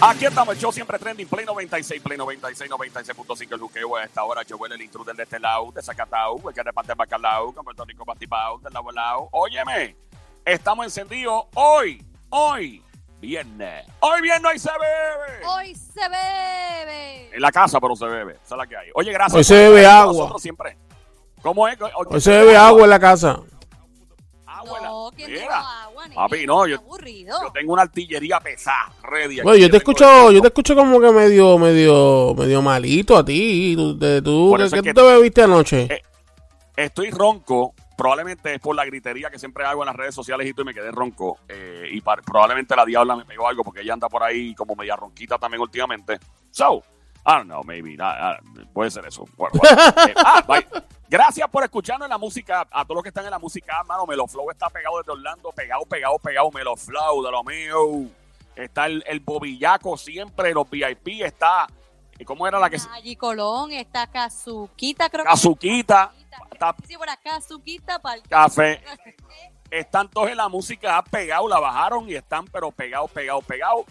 Aquí estamos, el show siempre trending, Play 96, Play 96, 96.5 el juqueo a esta hora. Joel, el intruder de este lado, de Zacatau, el que reparte bacalao, con Puerto Rico Batipao, del lado al lado. Óyeme, estamos encendidos hoy, hoy, viernes. Hoy viernes hoy se bebe. Hoy se bebe. En la casa, pero se bebe, esa es la que hay. Oye, gracias. Hoy se por bebe estar con agua. Nosotros siempre. ¿Cómo es? Hoy se bebe agua en la casa. Agua, No, ¿quién mira. te agua? nene? Papi, no, yo- Aburrido. Yo tengo una artillería pesada, ready. aquí. Bueno, yo te tengo escucho, el- yo te escucho como que medio, medio, medio malito a ti. Tú, te- tú- Por ¿qué- eso es qué que- tú te bebiste anoche? Eh, Estoy ronco, probablemente es por la gritería que siempre hago en las redes sociales y todo, y me quedé ronco. eh, y par- probablemente la diabla me pegó algo porque ella anda por ahí como media ronquita también últimamente. So, I don't know, maybe. ah, ah, puede ser eso. Bueno, bueno. Eh, ah, bye. Gracias por escucharnos en la música. A todos los que están en la música, mano, Meloflow está pegado desde Orlando, pegado, pegado, pegado. Meloflow, de lo mío. Está el, el bobillaco siempre, los VIP, está. ¿Cómo era la que se- Allí Colón, está Kazuquita, creo Kazuquita. Está que. Sí, por acá, Kazuquita, para el Café. Están todos en la música pegado, la bajaron y están pero pegados, pegados, pegados.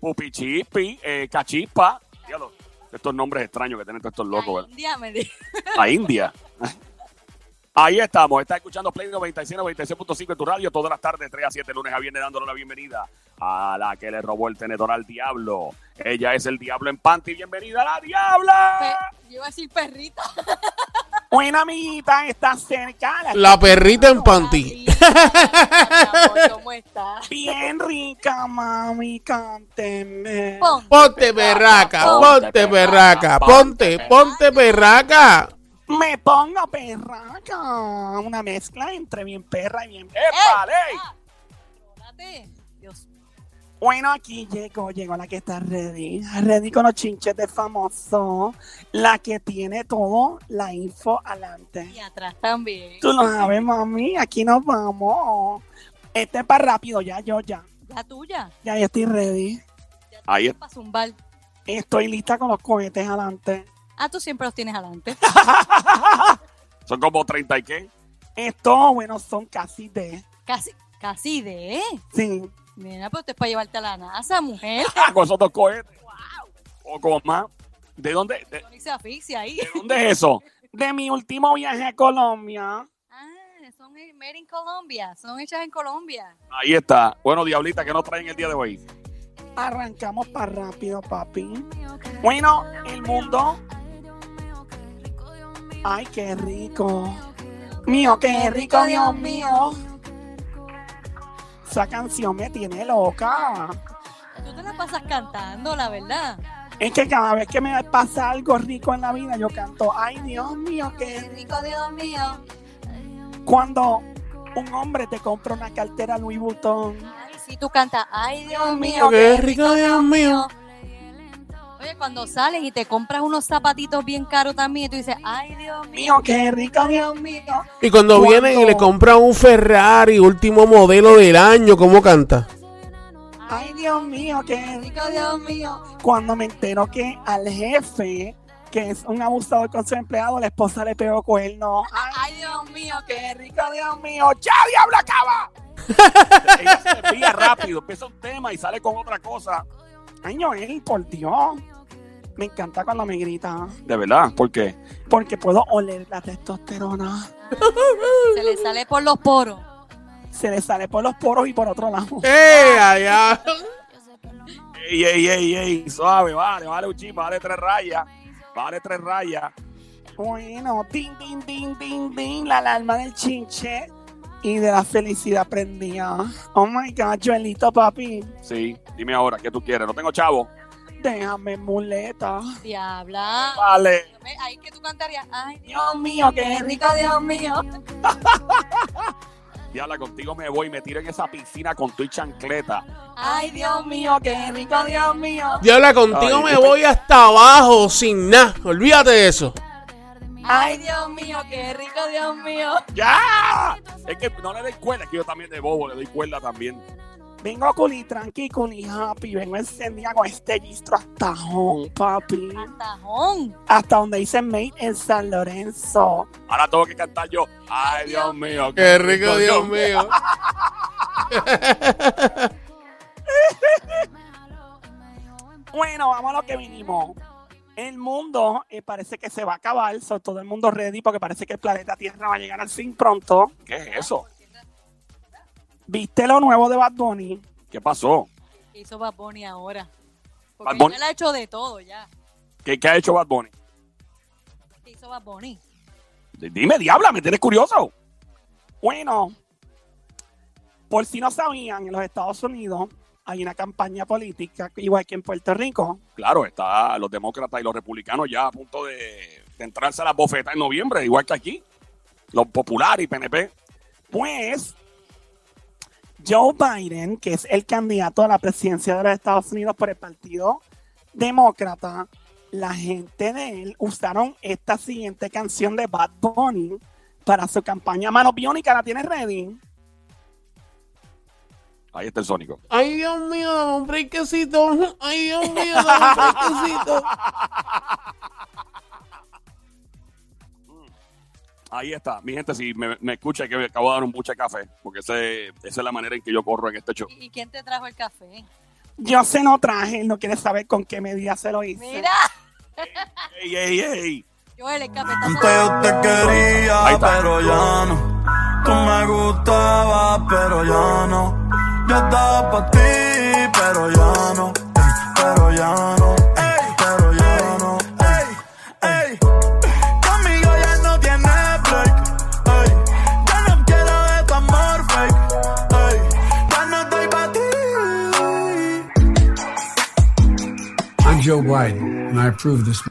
Pupichipi, eh, Cachipa. Diablo, estos nombres extraños que tienen todos estos locos, ¿verdad? Un día me di- La India. Ahí estamos, está escuchando Play 96, 96.5 en tu radio todas las tardes, 3 a 7, lunes a viernes, dándole la bienvenida a la que le robó el tenedor al diablo. Ella es el diablo en panty, bienvenida a la Pe- diabla. Yo iba a decir perrita. Buena amiguita, está cerca. la- La perrita en panty. Ay, mi amor, ¿Cómo está? Bien rica, mami, cánteme. Pon. Ponte perraca, Ponte ponte perraca, ponte, ponte perraca. Me pongo perraca. Una mezcla entre bien perra y bien. ¡Epa, ley! ah, Espérate. Dios Bueno, aquí llegó, llegó la que está ready. Ready con los chinches de famoso. La que tiene todo, la info adelante. Y atrás también. Tú lo sabes, mami. Aquí nos vamos. Este es para rápido, ya, yo, ya. La tuya. Ya, ya estoy ready. Ya Ahí es- Para zumbar. Estoy lista con los cohetes adelante. Ah, tú siempre los tienes adelante. Son como 30 y qué. Esto, bueno, son casi de. Casi, casi de. Sí. Mira, pero te es para llevarte a la NASA, mujer. Ah, con esos dos cohetes. O con más. ¿De dónde, de, Tony se asfixia ahí. de dónde es eso? De mi último viaje a Colombia. Ah, son he- made in Colombia. Son hechas en Colombia. Ahí está. Bueno, Diablita, ¿qué nos traen el día de hoy? Arrancamos para rápido, papi. Bueno, el mundo. Ay, qué rico. Mío, qué rico, Dios mío. Esa canción me tiene loca. Tú te la pasas cantando, la verdad. Es que cada vez que me pasa algo rico en la vida, yo canto. Ay, Dios mío, qué rico, Dios mío. Cuando un hombre te compra una cartera Louis Vuitton. Ay, sí, tú cantas. Ay, Dios mío, Mío, qué rico, Dios mío. Oye, cuando sales y te compras unos zapatitos bien caros también, y tú dices, ay, Dios mío. Mío, qué rico, Dios mío. Y cuando ¿Cuándo? vienen y le compran un Ferrari, último modelo del año, ¿cómo canta? Ay, Dios mío, qué rico, Dios mío. Cuando me entero que al jefe, que es un abusador con su empleado, la esposa le pegó cuerno. Ay, Ay, Dios mío, qué rico, Dios mío. ¡Ya, diablo, acaba! Ella se desvía rápido, empieza un tema y sale con otra cosa. Ay, Joel, por Dios. Me encanta cuando me grita, De verdad, ¿por qué? porque puedo oler la testosterona. se le sale por los poros. se le sale por los poros y por otro lado. ¡Eh, allá! Ey, ey, ey, ey, suave, vale, vale un chip, vale tres rayas, vale tres rayas. Bueno, tin, tin, tin, tin, tin, la alarma del chinche y de la felicidad prendía. Oh my God, Joelito, papi, Sí, dime ahora, ¿qué tú quieres? No tengo chavo. déjame en muleta. Diabla. Vale. Ahí que tú cantarías. Ay, Dios, Dios mío, qué qué rico. rico, Dios mío. Diabla, contigo me voy, me tiro en esa piscina con tu y chancleta. Ay, Dios mío, qué rico, Dios mío. Diabla, contigo Ay, me qué voy hasta abajo, sin nada. Olvídate de eso. Ay, Ay, Dios. Dios mío, qué rico, Dios mío. ¡Ya! Es que no le doy cuerda, es que yo también de bobo le doy cuerda también. Vengo culi tranqui, culi happy. Vengo encendida con este gistro hasta home, papi. Antajón. Hasta donde dice Made en San Lorenzo. Ahora tengo que cantar yo. ¡Ay, Dios mío! ¡Qué rico, Dios mío! Bueno, vamos a lo que vinimos. El mundo eh, parece que se va a acabar. So, todo el mundo ready porque parece que el planeta Tierra va a llegar al fin pronto. ¿Qué es eso? ¿Viste lo nuevo de Bad Bunny? ¿Qué pasó? ¿Qué hizo Bad Bunny ahora? Bad Porque Bunny. él ha hecho de todo ya. ¿Qué, qué ha hecho Bad Bunny? ¿Qué hizo Bad Bunny? Dime, diabla, me tienes curioso. Bueno, por si no sabían, en los Estados Unidos hay una campaña política, igual que en Puerto Rico, Claro, está los demócratas y los republicanos ya a punto de, de entrarse a las bofetas en noviembre, igual que aquí. Los populares y PNP. Pues Joe Biden, que es el candidato a la presidencia de los Estados Unidos por el Partido Demócrata, la gente de él usaron esta siguiente canción de Bad Bunny para su campaña. Mano Biónica, ¿la tienes ready? Ahí está el Sónico. ¡Ay, Dios mío, dame un brequecito! ¡Ay, Dios mío, dame un brequecito! Ahí está. Mi gente, si me, me escucha, que me acabo de dar un buche de café, porque ese- esa es la manera en que yo corro en este show. ¿Y, y quién te trajo el café? Yo se no traje, él no quiere saber con qué medida se lo hice. Mira, ¡Ey, ey, ey! Joel, el café está Antes yo te Ahí quería, está. pero ya no. Tú me gustabas, pero ya no. Yo estaba para ti, pero ya no. Ey, Pero ya no. Ey, Pero ya no. Ey, ey. Conmigo ya no tiene break. Ey. Ya no quiero de tu amor fake. Ey. Ya no estoy para ti. I'm Joe Biden, and I approve this.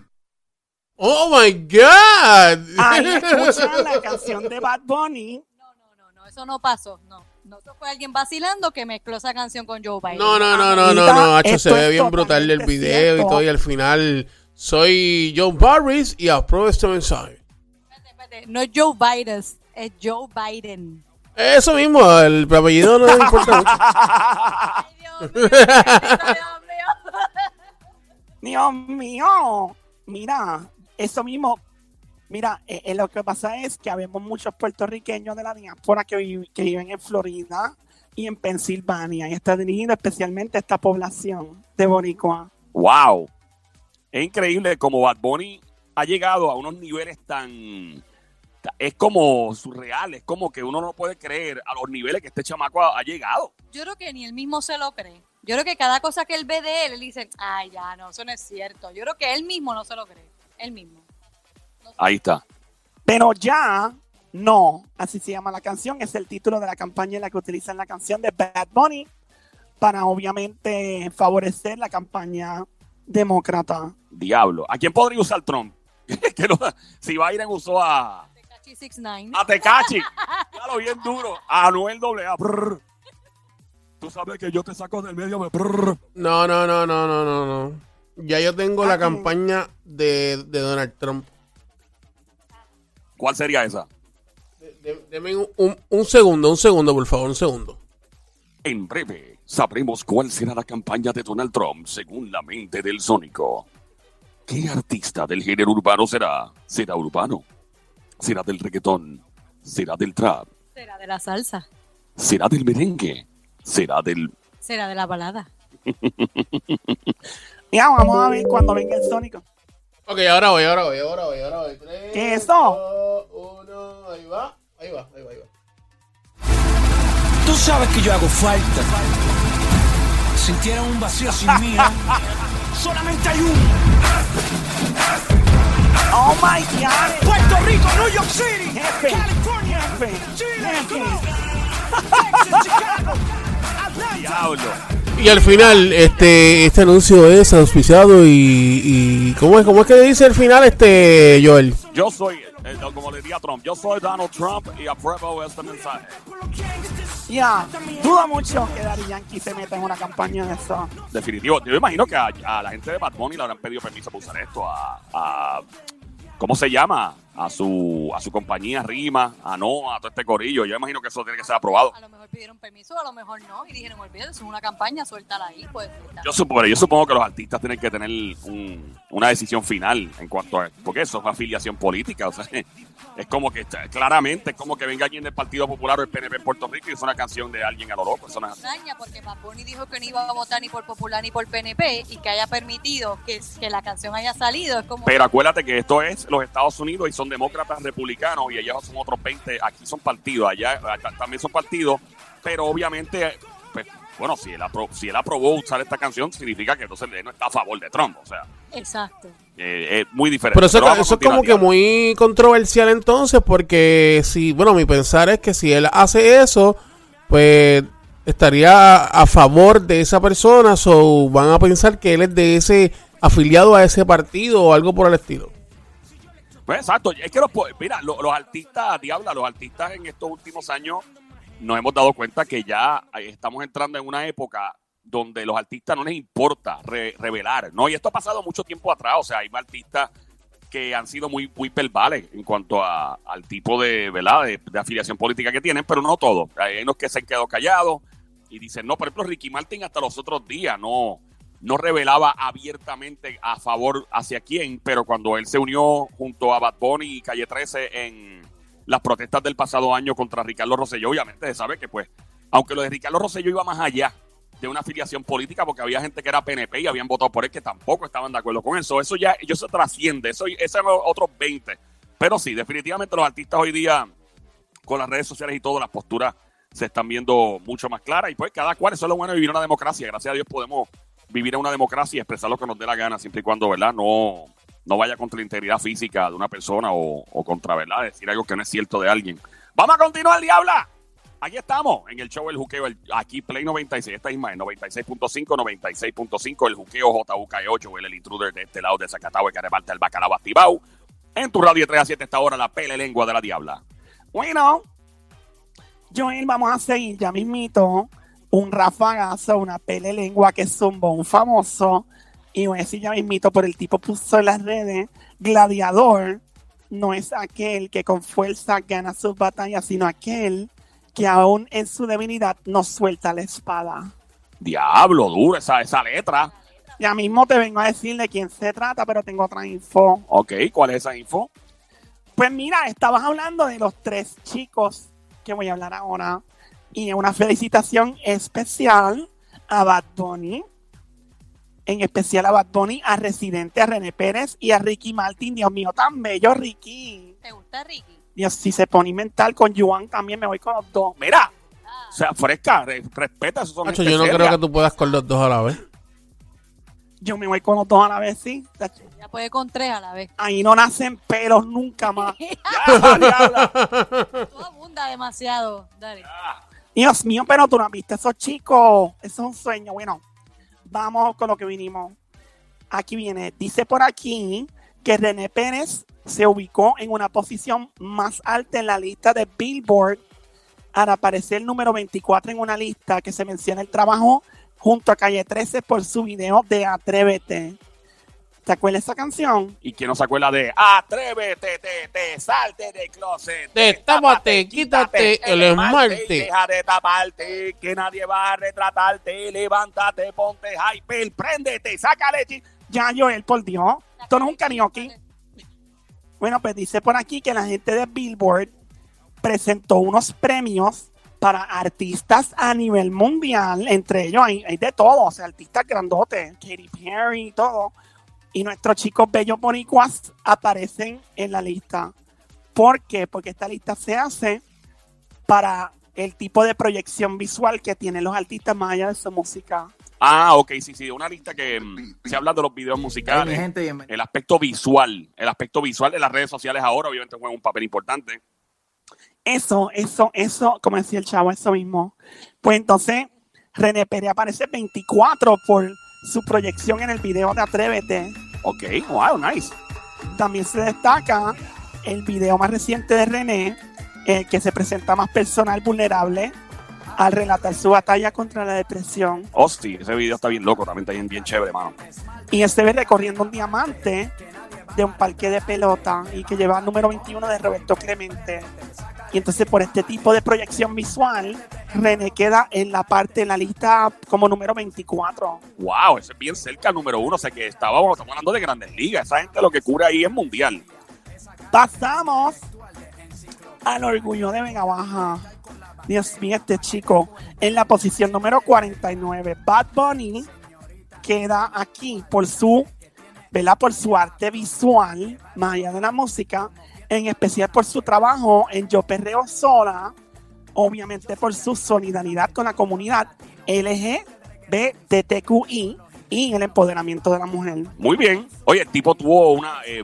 ¡Oh, my God! Ahí escuchan la canción de Bad Bunny. No, no, no, no, eso no pasó. No, no, eso fue alguien vacilando que mezcló esa canción con Joe Biden. No, no, no, no, no, Amiguita, no, Hacho, se esto ve es bien brutal el totalmente video y cierto. todo, y al final soy John Barris y apruebo este mensaje. Espérate, espérate, No es Joe Biden, es Joe Biden. Eso mismo, el apellido no importa mucho. Ay, Dios mío, Dios mío. Dios mío, mira, eso mismo. Mira, eh, eh, lo que pasa es que habemos muchos puertorriqueños de la diáspora que, vi- que viven en Florida y en Pensilvania y está dirigido especialmente a esta población de Boricua. ¡Wow! Es increíble como Bad Bunny ha llegado a unos niveles tan. ta- Es como surreal, es como que uno no puede creer a los niveles que este chamaco ha, ha llegado. Yo creo que ni él mismo se lo cree. Yo creo que cada cosa que él ve de él, él dice, ay, ya, no, eso no es cierto. Yo creo que él mismo no se lo cree. Él mismo. Ahí está. Pero ya no, así se llama la canción, es el título de la campaña en la que utilizan la canción de Bad Bunny para obviamente favorecer la campaña demócrata. Diablo. ¿A quién podría usar Trump? Que no- si Biden usó a, Tekashi 69. a Tecachi, claro, bien duro, a Anuel AA. brr. Tú sabes que yo te saco del medio. me- brr. No, no, no, no, no, no, no. Ya yo tengo la Ah, campaña de, de Donald Trump. ¿Cuál sería esa? De- de- Deme un, un- un segundo, un segundo, por favor, un segundo. En breve sabremos cuál será la campaña de Donald Trump según la mente del Sónico. ¿Qué artista del género urbano será? ¿Será urbano? ¿Será del reggaetón? ¿Será del trap? Será de la salsa. ¿Será del merengue? ¿Será del... Será de la balada. Ya vamos a ver cuando venga el Sónico. Ok, ahora voy, ahora voy, ahora voy, ahora voy. Tres, ¿Qué es eso? dos, uno, ahí va, ahí va, ahí va, ahí va. Tú sabes que yo hago falta. Sintiera un vacío sin mí. ¿eh? Solamente hay un Oh my God. Puerto Rico, New York City, Jefe. California, Jefe. Chile, Jefe. come on. Texas, Chicago, Atlanta. Diablo. Y al final, este, este anuncio es auspiciado y, y ¿cómo es? ¿Cómo es que dice el final este Joel? Yo soy, eh, como le diría Trump, yo soy Donald Trump y apruebo este mensaje. Ya, dudo mucho que Daddy Yankee se meta en una campaña de eso. Definitivo. Yo imagino que a, a la gente de Bad Bunny le habrán pedido permiso para usar esto. A, a- ¿Cómo se llama? A su, a su compañía Rima, a no, a todo este corillo. Yo imagino que eso tiene que ser aprobado. A lo mejor pidieron permiso, a lo mejor no. Y dijeron, olvídate, eso es una campaña, suéltala ahí. Pues, suéltala. Yo supongo, yo supongo que los artistas tienen que tener un- una decisión final en cuanto a. Porque eso es afiliación política. O sea, es como que está- claramente es como que venga alguien del Partido Popular o el PNP en Puerto Rico y es una canción de alguien a lo loco. Eso no es así. extraña porque Bad Bunny dijo que no iba a votar ni por Popular ni por PNP y que haya permitido que, que la canción haya salido. Es como Pero acuérdate que esto es los Estados Unidos y son demócratas republicanos y allá son otros 20. Aquí son partidos, allá, acá también son partidos, pero obviamente, pues, bueno, si él, apro- si él aprobó usar esta canción, significa que entonces él no está a favor de Trump. O sea, exacto. eh, es muy diferente. Pero eso, vamos a eso es continuar, como que Diana. muy controversial entonces porque si, bueno, mi pensar es que si él hace eso, pues estaría a favor de esa persona o van a pensar que él es de ese afiliado a ese partido o algo por el estilo. Pues, exacto, es que los, po- mira, lo- los, artistas, diabla, los artistas en estos últimos años nos hemos dado cuenta que ya eh, estamos entrando en una época donde los artistas no les importa re- revelar, ¿no? Y esto ha pasado mucho tiempo atrás, o sea, hay artistas que han sido muy, muy verbales en cuanto a- al tipo de, ¿verdad? De, de afiliación política que tienen, pero no todos. Hay unos que se han quedado callados y dicen, no, por ejemplo, Ricky Martin hasta los otros días no, no revelaba abiertamente a favor hacia quién, pero cuando él se unió junto a Bad Bunny y Calle 13 en las protestas del pasado año contra Ricardo Rosselló, obviamente se sabe que pues, aunque lo de Ricardo Rosselló iba más allá de una afiliación política, porque había gente que era PNP y habían votado por él que tampoco estaban de acuerdo con eso, eso ya, eso se trasciende, eso, eso es otros 20. Pero sí, definitivamente los artistas hoy día con las redes sociales y todo, las posturas se están viendo mucho más claras. Y pues cada cual, eso es lo bueno de vivir una democracia. Gracias a Dios podemos vivir en una democracia y expresar lo que nos dé la gana, siempre y cuando, ¿verdad? No, no vaya contra la integridad física de una persona o, o contra, ¿verdad? Decir algo que no es cierto de alguien. Vamos a continuar, diabla. Aquí estamos, en el show El Juqueo, el- aquí Play 96, esta misma es 96.5, 96.5, El Juqueo, JUK8, E el intruder de este lado de Zacatau, el que reparte el bacalao activado. En tu radio de 3 a 7 esta hora, la pele lengua de la diabla. Bueno, Joel, vamos a seguir ya mismito. Un rafagazo, una pele lengua que zumbó un famoso. Y voy a decir ya mismito, por el tipo puso en las redes, gladiador no es aquel que con fuerza gana sus batallas, sino aquel que aún en su debilidad no suelta la espada. Diablo, duro esa, esa letra. Ya mismo te vengo a decir de quién se trata, pero tengo otra info. Ok, ¿cuál es esa info? Pues mira, estabas hablando de los tres chicos que voy a hablar ahora. Y una felicitación especial a Bad Bunny. En especial a Bad Bunny, a Residente, a René Pérez y a Ricky Martin. Dios mío, tan bello Ricky. ¿Te gusta Ricky? Dios, si se pone mental con Juan también me voy con los dos. Mira, Ah, o sea, fresca, re- respeta, esos son Nacho, gente yo no seria. creo que tú puedas con los dos a la vez. Yo me voy con los dos a la vez, sí. ya puede con tres a la vez. Ahí no nacen pelos nunca más. ¡Ah, diabla! Tú abunda demasiado. Dale. Dios mío, pero tú no has visto a esos chicos. Eso es un sueño. Bueno, vamos con lo que vinimos. Aquí viene. Dice por aquí que René Pérez se ubicó en una posición más alta en la lista de Billboard al aparecer número 24 en una lista que se menciona el trabajo junto a Calle 13 por su video de Atrévete. ¿Te acuerdas esa canción? Y quien no se acuerda de Atrévete, te, te, salte del closet. Destápate, quítate el y esmalte. Deja de taparte, que nadie va a retratarte. Levántate, ponte hyper, préndete, sácale. chi- Ya, Joel, por Dios. Esto no es un karaoke. Bueno, pues dice por aquí que la gente de Billboard presentó unos premios para artistas a nivel mundial. Entre ellos hay, hay de todo, o sea, artistas grandotes, Katy Perry y todo. Y nuestros chicos bellos boricuas aparecen en la lista. ¿Por qué? Porque esta lista se hace para el tipo de proyección visual que tienen los artistas más allá de su música. Ah, ok, sí, sí, una lista que mm, se habla de los videos Ay, mi musicales, gente, bienvenido. el aspecto visual, el aspecto visual de las redes sociales ahora obviamente juega un papel importante. Eso, eso, eso, como decía el chavo, eso mismo. Pues entonces, René Pérez aparece 24 por su proyección en el video de Atrévete. Ok, wow, nice. También se destaca el video más reciente de René, eh, que se presenta más personal, vulnerable, al relatar su batalla contra la depresión. Hostia, ese video está bien loco, también está bien, bien chévere, mano. y este ve recorriendo un diamante de un parque de pelota y que lleva el número 21 de Roberto Clemente. Y entonces por este tipo de proyección visual, René queda en la parte, en la lista como número 24. Wow, ese es bien cerca al número uno, o sea que estábamos, estamos hablando de grandes ligas, esa gente lo que cura ahí es mundial. Pasamos al orgullo de Vega Baja. Dios mío, este chico en la posición número 49. Bad Bunny queda aquí por su, ¿verdad? Por su arte visual, más allá de la música, en especial por su trabajo en Yo Perreo Sola, obviamente por su solidaridad con la comunidad LGBTQI y el empoderamiento de la mujer. Muy bien. Oye, el tipo tuvo una. eh,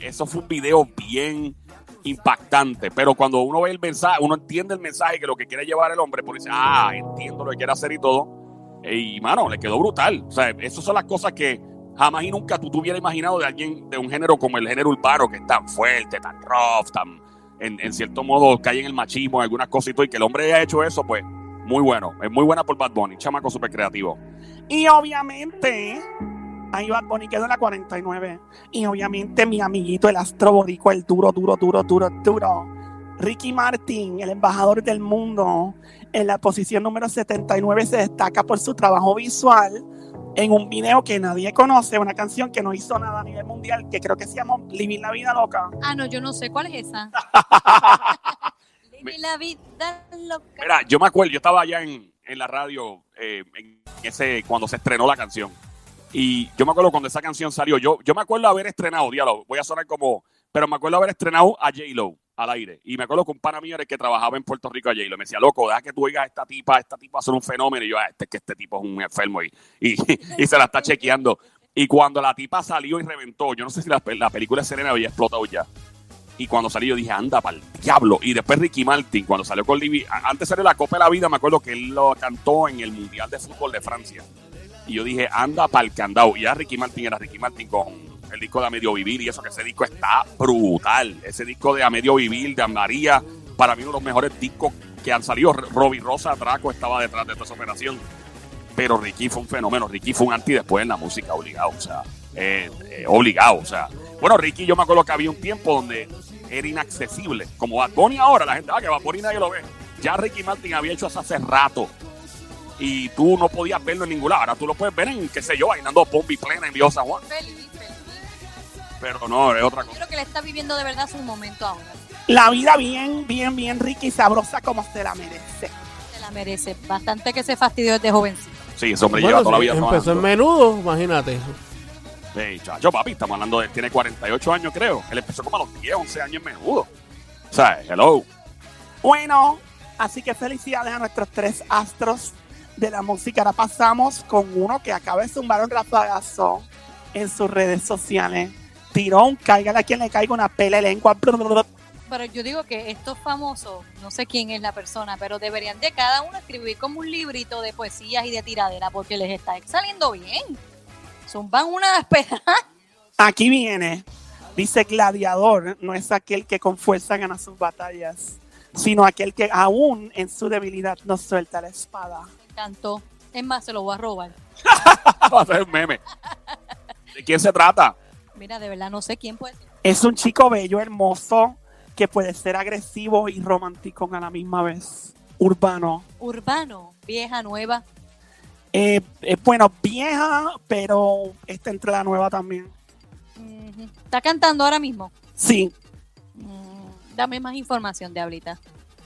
eso fue un video bien impactante, pero cuando uno ve el mensaje, uno entiende el mensaje que lo que quiere llevar el hombre, por dice, ah, entiendo lo que quiere hacer y todo. Eh, Y mano, le quedó brutal. O sea, esas son las cosas que jamás y nunca tú te hubieras imaginado de alguien de un género como el género urbano, que es tan fuerte, tan rough, tan. En, en cierto modo cae en el machismo, en algunas cosas y todo, y que el hombre haya hecho eso, pues muy bueno. Es muy buena por Bad Bunny, chamaco súper creativo. Y obviamente, ahí Bad Bunny quedó en la 49. Y obviamente mi amiguito, el astro boricua, el duro, duro, duro, duro, duro. Ricky Martin, el embajador del mundo, en la posición número 79 se destaca por su trabajo visual en un video que nadie conoce, una canción que no hizo nada a nivel mundial, que creo que se llama Living la Vida Loca. Ah, no, yo no sé cuál es esa. Viví la vida loca. Mira, yo me acuerdo, yo estaba allá en, en la radio eh, en ese, cuando se estrenó la canción. Y yo me acuerdo cuando esa canción salió. Yo, yo me acuerdo haber estrenado, diálogo, voy a sonar como. Pero me acuerdo haber estrenado a J-Lo al aire. Y me acuerdo que un pana mío era el que trabajaba en Puerto Rico a J-Lo. Me decía, loco, deja que tú oigas a esta tipa, esta tipa va a ser un fenómeno. Y yo, ah, este, que este tipo es un enfermo y, y, y se la está chequeando. Y cuando la tipa salió y reventó, yo no sé si la, la película de Serena había explotado ya. Y cuando salí yo dije, anda pa'l diablo. Y después Ricky Martin, cuando salió con Libby, a- antes salió la Copa de la Vida, me acuerdo que él lo cantó en el Mundial de Fútbol de Francia. Y yo dije, anda pa'l candado. Y ya Ricky Martin era Ricky Martin con el disco de A Medio Vivir. Y eso que ese disco está brutal. Ese disco de A Medio Vivir, de María, para mí uno de los mejores discos que han salido. Robbie Rosa, Draco, estaba detrás de toda esa operación. Pero Ricky fue un fenómeno. Ricky fue un anti después en la música, obligado. O sea, eh, eh, obligado. O sea, bueno, Ricky, yo me acuerdo que había un tiempo donde era inaccesible. Como Bad Bunny ahora, la gente, ah, que Bad Bunny nadie lo ve. Ya Ricky Martin había hecho eso hace rato. Y tú no podías verlo en ningún lado. Ahora tú lo puedes ver en, qué sé yo, bailando Pompi Plena en Dios San Juan. Feliz, feliz. Pero no, es otra Yo cosa. creo que le está viviendo de verdad su momento ahora. La vida bien, bien, bien rica y sabrosa como se la merece. Se la merece. Bastante que se fastidió desde jovencito. Sí, ese hombre Bueno, lleva toda sí, la vida empezó en trabajando. menudo, imagínate. Sí, chacho, papi, estamos hablando de él. Tiene 48 años, creo. Él empezó como a los 10, 11 años en menudo. O sea, hello. Bueno, así que felicidades a nuestros tres astros de la música. Ahora pasamos con uno que acaba de zumbar un rafagazo en sus redes sociales. Tirón, cáigale a quien le caiga una pela de lengua. Brr, brr, brr. Pero yo digo que estos famosos, no sé quién es la persona, pero deberían de cada uno escribir como un librito de poesías y de tiradera porque les está saliendo bien. Zumban una espera. Aquí viene. Dice gladiador, no es aquel que con fuerza gana sus batallas, sino aquel que aún en su debilidad no suelta la espada. Cantó. Es más, se lo voy a robar. Va a ser un meme. ¿De quién se trata? Mira, de verdad no sé quién puede ser. Es un chico bello, hermoso, que puede ser agresivo y romántico a la misma vez. Urbano. Urbano, vieja, nueva. Eh, eh, bueno, vieja, pero está entre la nueva también. Ujú. Está cantando ahora mismo. Sí, Mm, Dame más información de ahorita.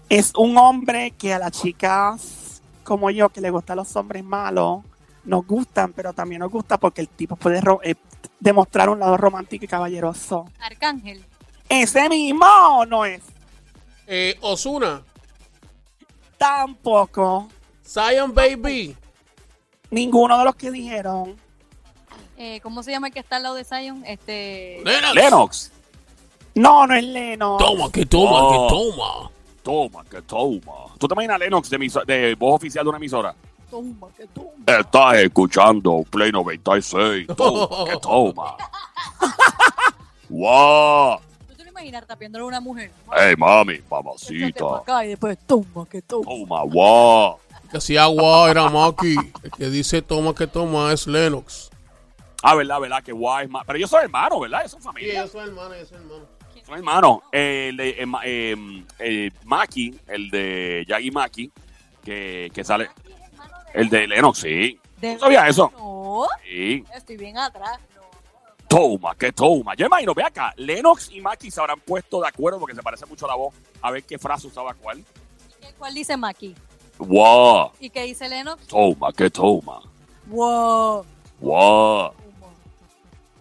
es un hombre que a las chicas como yo, que le gustan los hombres malos, nos gustan, pero también nos gusta porque el tipo puede ro- eh, demostrar un lado romántico y caballeroso. Arcángel. Ese mismo no es. Eh, Osuna. Tampoco. Zion Baby. Ninguno de los que dijeron. Eh, ¿Cómo se llama el que está al lado de Zion? Este. Lennox. Lennox. No, no es Leno. Toma, que toma, Oh. que toma. Toma, que toma. ¿Tú te imaginas a Lennox de, emiso- de voz oficial de una emisora? Toma, que toma. Estás escuchando Play 96. Toma, que toma. ¡Wow! ¿Tú te lo imaginas tapiándole a una mujer? ¡Ey, mami, Échate pa' mamacita! acá y después toma, que toma. ¡Toma, wow! Que si agua era Maki. El que dice toma, que toma es Lennox. Ah, verdad, verdad, que guay. ma- Pero ellos son hermanos, ¿verdad? Ellos son familia. es hermano, es hermano. Son hermanos. Eh, el de eh, ma- eh, eh, Maki, el de Yagi Maki, que, que sale. El de Lennox, sí. ¿De ¿Tú sabías eso? No, Sí. estoy bien atrás. No. Toma, que toma. Yo imagino, ve acá, Lennox y Maki se habrán puesto de acuerdo porque se parece mucho a la voz. A ver qué frase usaba cuál. ¿Y ¿Cuál dice Maki? Wow, ¿Y qué dice Lennox? toma, que toma. Wow. Wow.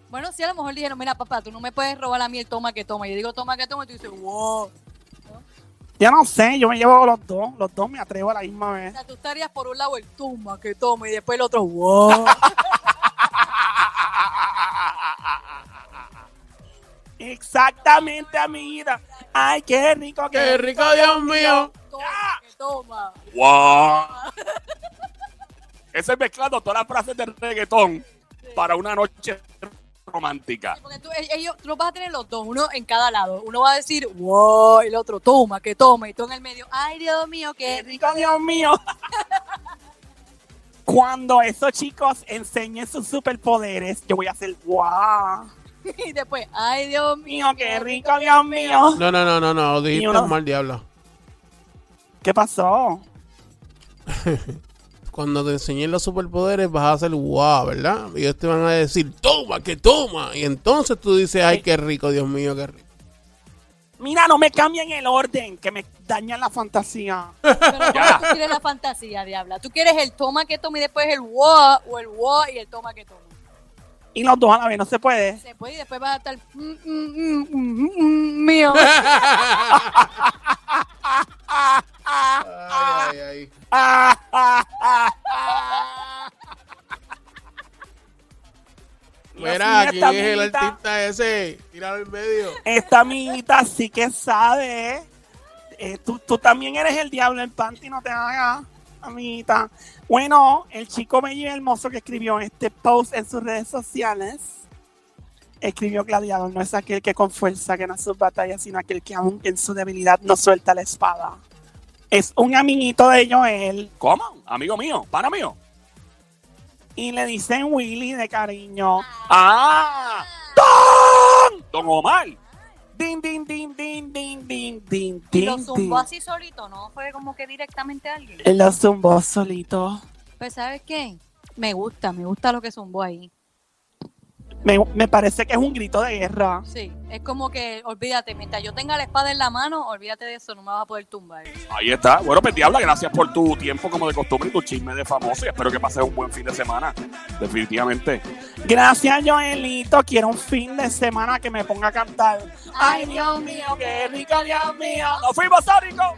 Bueno, sí, a lo mejor dijeron, mira, papá, tú no me puedes robar a mí el toma que toma. Yo digo toma que toma y tú dices, wow. Ya no sé, yo me llevo los dos. Los dos me atrevo a la misma O vez. sea, tú estarías por un lado el toma que toma y después el otro, wow. Exactamente, amiga. Ay, qué rico, qué, Qué rico, Dios mío. toma que toma. Wow. Ese es mezclando todas las frases de reggaetón para una noche romántica. Porque tú, eh, ellos, tú los vas a tener los dos, uno en cada lado. Uno va a decir, wow, el otro toma que toma y tú en el medio, ay, Dios mío, Qué qué rico, Dios mío. Cuando esos chicos enseñen sus superpoderes, yo voy a hacer guau. Y después, ay, Dios mío, Mío, qué rico, Dios mío. No, no, no, no, no. Dijiste uno- mal diabla. ¿Qué pasó? Cuando te enseñen los superpoderes vas a hacer guau, ¿verdad? Y ellos te van a decir, toma, que toma. Y entonces tú dices, ay, qué rico, Dios mío, qué rico. Mira, no me cambien el orden, que me dañan la fantasía. Pero ¿cómo tú quieres la fantasía, diabla. Tú quieres el toma que toma y después el wow, o el wow y el toma que toma. Y los dos a la vez, no se puede. Se puede y después vas a estar mm, mm, mm, mm, mm, mm, mío. Ay, ay, ay. Dios Mira, mío, ¿quién es el esta amiguita- artista ese? Tíralo en medio. Esta amiguita sí que sabe. ¿eh? Eh, tú, tú también eres el diablo en panty, no te hagas, amiguita. Bueno, el chico bello y hermoso que escribió este post en sus redes sociales, escribió Gladiador no es aquel que con fuerza gana sus batallas, sino aquel que aún en su debilidad no suelta la espada. Es un amiguito de Joel ¿Cómo? Amigo mío, pana mío. y le dicen Willy de cariño. Ah, don Omar. Din, din, din, din, din, din, din, Y lo din, zumbó din. así solito, ¿no? Fue como que directamente a alguien. Él Lo zumbó solito. Pues, ¿sabes qué? Me gusta, me gusta lo que zumbó ahí. Me, me parece que es un grito de guerra. Sí, es como que, olvídate, mientras yo tenga la espada en la mano, olvídate de eso, no me vas a poder tumbar. Ahí está. Bueno, pues Diabla, gracias por tu tiempo como de costumbre y tu chisme de famoso. Y espero que pases un buen fin de semana. Definitivamente. Gracias, Joelito. Quiero un fin de semana que me ponga a cantar. Ay, Dios mío, qué rico, Dios mío. ¡Nos fuimos, Sónico!